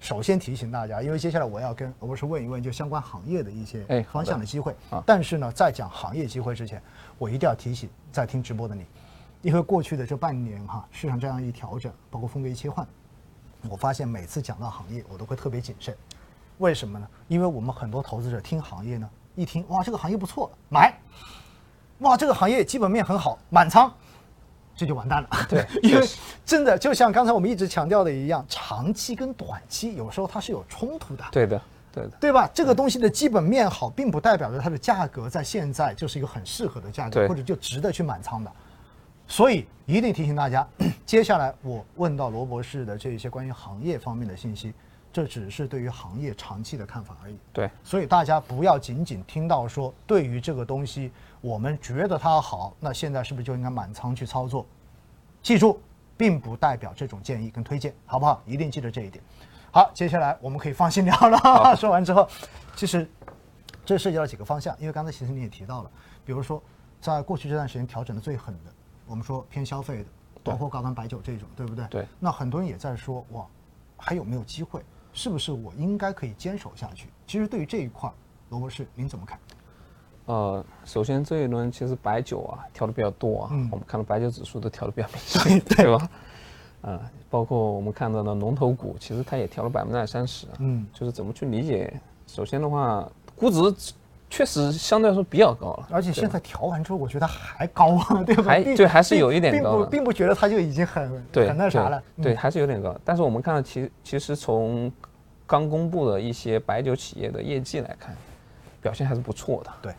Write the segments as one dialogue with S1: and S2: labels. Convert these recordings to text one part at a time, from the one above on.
S1: 首先提醒大家，因为接下来我要跟我是问一问就相关行业的一些
S2: 哎好
S1: 方
S2: 的
S1: 向的机会。
S2: 啊
S1: 但是呢，在讲行业机会之前，我一定要提醒在听直播的你，因为过去的这半年哈，市场这样一调整，包括风格一切换，我发现每次讲到行业，我都会特别谨慎。为什么呢？因为我们很多投资者听行业呢，一听哇这个行业不错，买；哇这个行业基本面很好，满仓。这就完蛋了。对， 因为真的就像刚才我们一直强调的一样，长期跟短期有时候它是有冲突的，
S2: 对的，对的，
S1: 对吧？这个东西的基本面好，并不代表着它的价格在现在就是一个很适合的价格，
S2: 对
S1: 或者就值得去满仓的。所以一定提醒大家， 接下来我问到罗博士的这一些关于行业方面的信息，这只是对于行业长期的看法而已。
S2: 对，
S1: 所以大家不要仅仅听到说对于这个东西我们觉得它好，那现在是不是就应该满仓去操作？记住，并不代表这种建议跟推荐，好不好？一定记得这一点。好，接下来我们可以放心聊了。 说完之后，其实这涉及到几个方向，因为刚才其实你也提到了，比如说在过去这段时间调整的最狠的，我们说偏消费的，包括高端白酒这种，对不对？
S2: 对
S1: 那很多人也在说，哇，还有没有机会？是不是我应该可以坚守下去？其实对于这一块儿，罗博士您怎么看？
S2: 呃，首先这一轮其实白酒啊调的比较多啊，
S1: 嗯
S2: 我们看到白酒指数都调的比较明显， 对吧？啊、包括我们看到的龙头股，其实它也调了百分之二三十，啊
S1: 嗯，
S2: 就是怎么去理解？首先的话，估值确实相对来说比较高了，
S1: 而且现在调完之后，我觉得还高啊， 对吧？
S2: 还
S1: 并
S2: 对还是有一点
S1: 并
S2: 高
S1: 不
S2: 的
S1: 并不觉得它就已经很
S2: 对，
S1: 很那啥了。
S2: 对，对
S1: 嗯
S2: 还是有点高。但是我们看到其，其实从刚公布的一些白酒企业的业绩来看，表现还是不错的。
S1: 嗯对，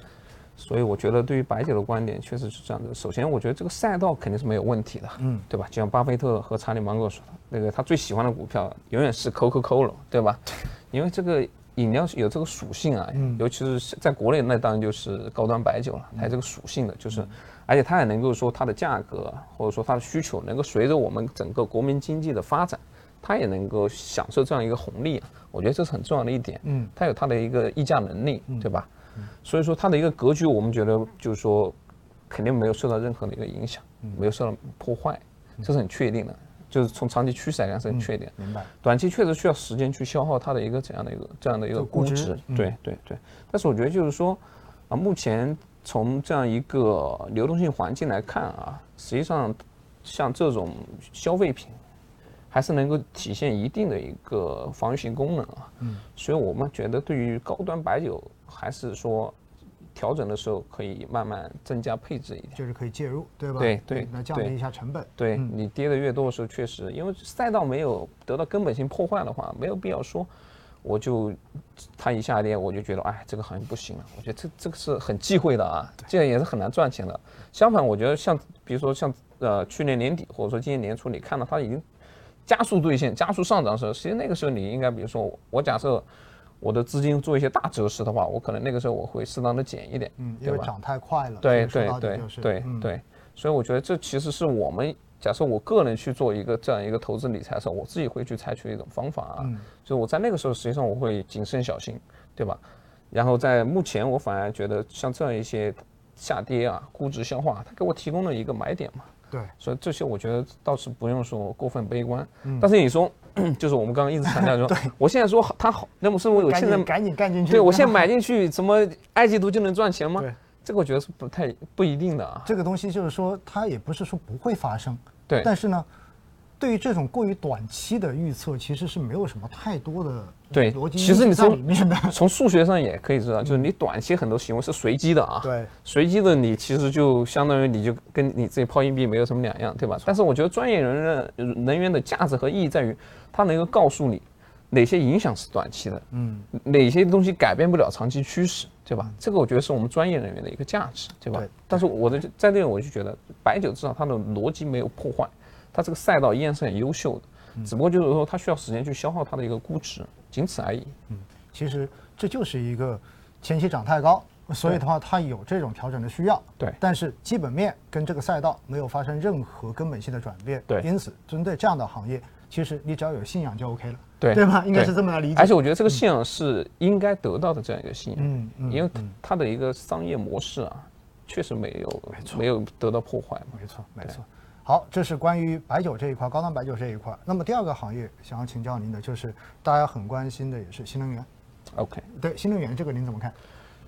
S2: 所以我觉得对于白酒的观点确实是这样子。首先，我觉得这个赛道肯定是没有问题的，
S1: 嗯，
S2: 对吧？就像巴菲特和查理芒格说的，那个他最喜欢的股票永远是 Coca-Cola，对吧？因为这个饮料是有这个属性啊，
S1: 嗯
S2: 尤其是在国内，那当然就是高端白酒了，它有这个属性的，
S1: 嗯
S2: 就是，而且它也能够说它的价格啊或者说它的需求能够随着我们整个国民经济的发展，它也能够享受这样一个红利啊，我觉得这是很重要的一点。
S1: 嗯，
S2: 它有它的一个议价能力，对吧？所以说它的一个格局，我们觉得就是说，肯定没有受到任何的一个影响，没有受到破坏，这是很确定的。就是从长期趋势来看是很确定的，
S1: 明白。
S2: 短期确实需要时间去消耗它的一个怎样的一个这样的一个
S1: 这个估
S2: 估
S1: 值
S2: 值，
S1: 嗯
S2: 对对对。但是我觉得就是说，啊，目前从这样一个流动性环境来看啊，实际上像这种消费品，还是能够体现一定的一个防御性功能啊。嗯。所以我们觉得对于高端白酒，还是说调整的时候可以慢慢增加配置一点。
S1: 就是可以介入，对吧？
S2: 对对
S1: 来降
S2: 对
S1: 低一下成本。
S2: 对你跌的越多的时候，确实，因为赛道没有得到根本性破坏的话，没有必要说，我就它一下跌，我就觉得哎，这个行业不行了。我觉得这这个是很忌讳的啊，这样也是很难赚钱的。相反，我觉得像比如说像呃去年年底或者说今年年初，你看到它已经加速兑现、加速上涨的时候，其实那个时候你应该，比如说我假设我的资金做一些大折实的话，我可能那个时候我会适当的减一点，
S1: 嗯，因
S2: 对
S1: 为
S2: 吧？
S1: 涨太快了。
S2: 对
S1: 所以
S2: 对
S1: 说到底
S2: 对
S1: 就是
S2: 对
S1: 嗯
S2: 对，所以我觉得这其实是我们假设我个人去做一个这样一个投资理财的时候，我自己会去采取一种方法啊，
S1: 嗯
S2: 所以我在那个时候实际上我会谨慎小心，对吧？然后在目前我反而觉得像这样一些下跌啊、估值消化，它给我提供了一个买点嘛，
S1: 对，
S2: 所以这些我觉得倒是不用说过分悲观。
S1: 嗯
S2: 但是你说， 就是我们刚刚一直强 调说，我现在说它好，那么是我
S1: 赶
S2: 现在
S1: 紧赶紧干 进去。
S2: 对我现在买进去，怎么埃及图就能赚钱吗
S1: 对？
S2: 这个我觉得是不太不一定的啊。
S1: 这个东西就是说，它也不是说不会发生，
S2: 对
S1: 但是呢，对于这种过于短期的预测，其实是没有什么太多的
S2: 对
S1: 逻，辑
S2: 其实
S1: 因
S2: 你
S1: 素在里
S2: 从
S1: 面 的。
S2: 从数学上也可以知道，就是你短期很多行为是随机的啊。
S1: 对，
S2: 随机的你其实就相当于你就跟你自己抛硬币没有什么两样，对吧？但是我觉得专业人的人员的价值和意义在于，他能够告诉你哪些影响是短期的，嗯，哪些东西改变不了长期趋势，对吧？这个我觉得是我们专业人员的一个价值，对吧
S1: 对？
S2: 但是我的在这里我就觉得，白酒至少它的逻辑没有破坏，它这个赛道依然是很优秀的，
S1: 嗯
S2: 只不过就是说它需要时间去消耗它的一个估值，仅此而已。
S1: 其实这就是一个前期涨太高，所以的话它有这种调整的需要。
S2: 对
S1: 但是基本面跟这个赛道没有发生任何根本性的转变。
S2: 对
S1: 因此针对这样的行业，其实你只要有信仰就 OK 了。
S2: 对
S1: 对吧？应该
S2: 对
S1: 是这么来理解。
S2: 而且我觉得这个信仰是应该得到的这样一个信仰，
S1: 嗯嗯
S2: 因为它它的一个商业模式啊，确实没有没有得到破坏嘛。
S1: 没错，没错。好，这是关于白酒这一块，高端白酒这一块。那么第二个行业想要请教您的就是大家很关心的也是新能源。
S2: OK，
S1: 对新能源这个您怎么看？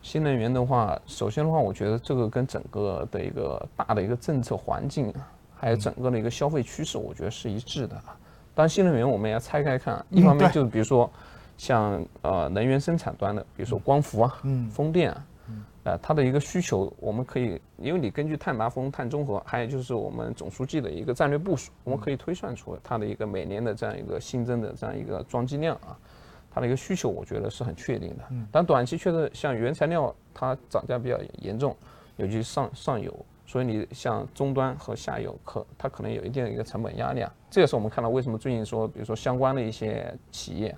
S2: 新能源的话，首先的话，我觉得这个跟整个的一个大的一个政策环境啊，还有整个的一个消费趋势，我觉得是一致的啊。当然，新能源我们也要拆开看啊，一
S1: 嗯
S2: 方面
S1: 对
S2: 就是比如说像呃能源生产端的，比如说光伏啊、
S1: 嗯
S2: 风电啊，呃它的一个需求，我们可以因为你根据碳达峰、碳中和，还有就是我们总书记的一个战略部署，我们可以推算出它的一个每年的这样一个新增的这样一个装机量啊。它的一个需求，我觉得是很确定的。但短期确实像原材料它涨价比较严重，尤其是上上游，所以你像终端和下游可它可能有一定的一个成本压力啊。这也是我们看到为什么最近说，比如说相关的一些企业，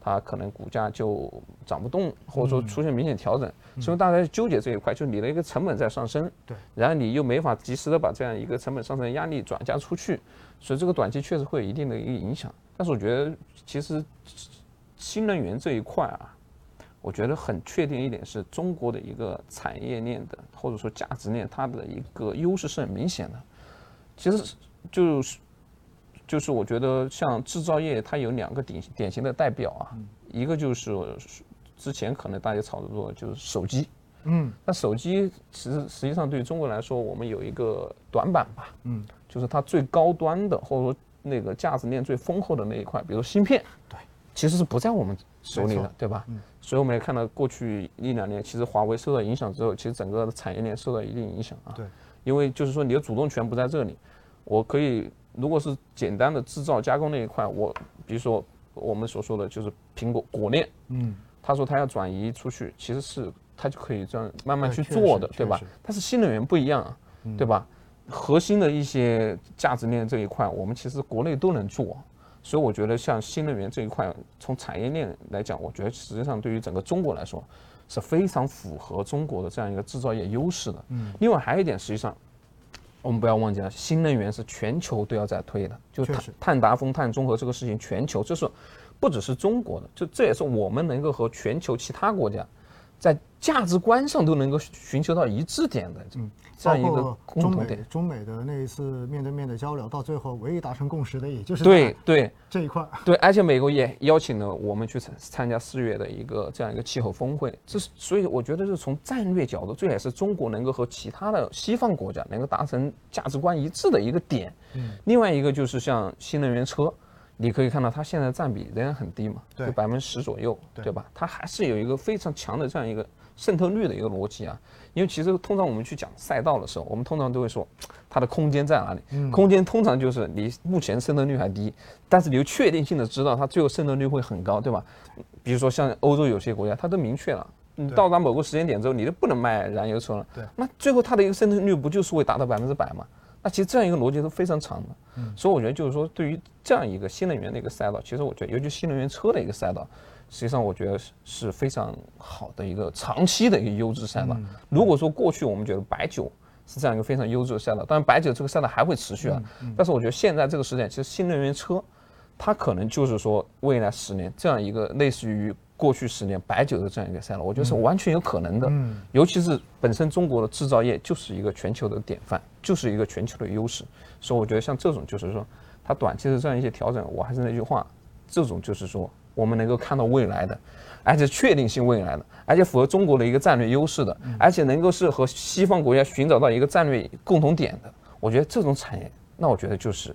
S2: 它可能股价就涨不动，或者说出现明显调整，是因为大家纠结这一块，就是你的一个成本在上升，
S1: 对，
S2: 然后你又没法及时的把这样一个成本上升的压力转嫁出去，所以这个短期确实会有一定的一个影响。但是我觉得其实新能源这一块啊，我觉得很确定一点是中国的一个产业链的或者说价值链，它的一个优势是很明显的。其实就是就是我觉得像制造业，它有两个典典型的代表啊，一个就是之前可能大家炒作就是手机，
S1: 嗯
S2: 那手机其实实际上对于中国来说，我们有一个短板吧，
S1: 嗯，
S2: 就是它最高端的或者说那个价值链最丰厚的那一块，比如芯片，
S1: 对，
S2: 其实是不在我们手里
S1: 没
S2: 的
S1: 错，嗯
S2: 对吧？所以我们也看到过去一两年，其实华为受到影响之后，其实整个的产业链受到一定影响啊。
S1: 对，
S2: 因为就是说你的主动权不在这里，我可以如果是简单的制造加工那一块，我比如说我们所说的就是苹果果链，
S1: 嗯，
S2: 他说他要转移出去，其实是他就可以这样慢慢
S1: 对
S2: 去
S1: 嗯确
S2: 做
S1: 实
S2: 的，
S1: 确
S2: 对吧
S1: 实？嗯
S2: 但是新能源不一样啊，对吧？核心的一些价值链这一块，我们其实国内都能做，所以我觉得像新能源这一块，从产业链来讲，我觉得实际上对于整个中国来说是非常符合中国的这样一个制造业优势的。嗯。另外还有一点，实际上我们不要忘记了，新能源是全球都要在推的，就是
S1: 确
S2: 碳
S1: 实
S2: 碳达峰、碳中和这个事情，全球就是不只是中国的，就这也是我们能够和全球其他国家在价值观上都能够寻求到一致点的这嗯样一
S1: 嗯包
S2: 个
S1: 括
S2: 共
S1: 中
S2: 同
S1: 美
S2: 点。
S1: 中美的那一次面对面的交流，到最后唯一达成共识的也就是
S2: 对对
S1: 这一块儿。
S2: 对，而且美国也邀请了我们去参参加四月的一个这样一个气候峰会，这是所以我觉得是从战略角度，这也是中国能够和其他的西方国家能够达成价值观一致的一个点。
S1: 嗯
S2: 另外一个就是像新能源车，你可以看到它现在占比仍然很低嘛，
S1: 对
S2: 就百分之十左右，
S1: 对
S2: 对吧？它还是有一个非常强的这样一个渗透率的一个逻辑啊。因为其实通常我们去讲赛道的时候，我们通常都会说它的空间在哪里？
S1: 嗯
S2: 空间通常就是你目前渗透率还低，但是你又确定性的知道它最后渗透率会很高，对吧？比如说像欧洲有些国家，它都明确了。你到达某个时间点之后，你就不能卖燃油车了。
S1: 对
S2: 那最后它的一个渗透率不就是会达到百分之百吗？那其实这样一个逻辑是非常长的，所以我觉得就是说，对于这样一个新能源的一个赛道，其实我觉得，尤其新能源车的一个赛道，实际上我觉得是是非常好的一个长期的一个优质赛道。如果说过去我们觉得白酒是这样一个非常优质的赛道，当然白酒这个赛道还会持续啊，但是我觉得现在这个时代，其实新能源车它可能就是说未来十年这样一个类似于过去十年白酒的这样一个赛道，我觉得是完全有可能的。尤其是本身中国的制造业就是一个全球的典范，就是一个全球的优势，所以我觉得像这种就是说，它短期的这样一些调整，我还是那句话，这种就是说我们能够看到未来的，而且确定性未来的，而且符合中国的一个战略优势的，而且能够是和西方国家寻找到一个战略共同点的，我觉得这种产业，那我觉得就是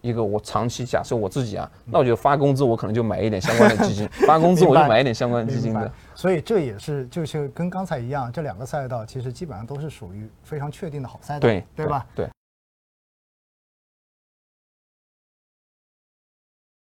S2: 一个我长期假设我自己啊，那我就发工资我可能就买一点相关的基金， 发工资我就买一点相关的基金
S1: 明白
S2: 的。，
S1: 所以这也是就是跟刚才一样，这两个赛道其实基本上都是属于非常确定的好赛道，
S2: 对
S1: 对吧？
S2: 对，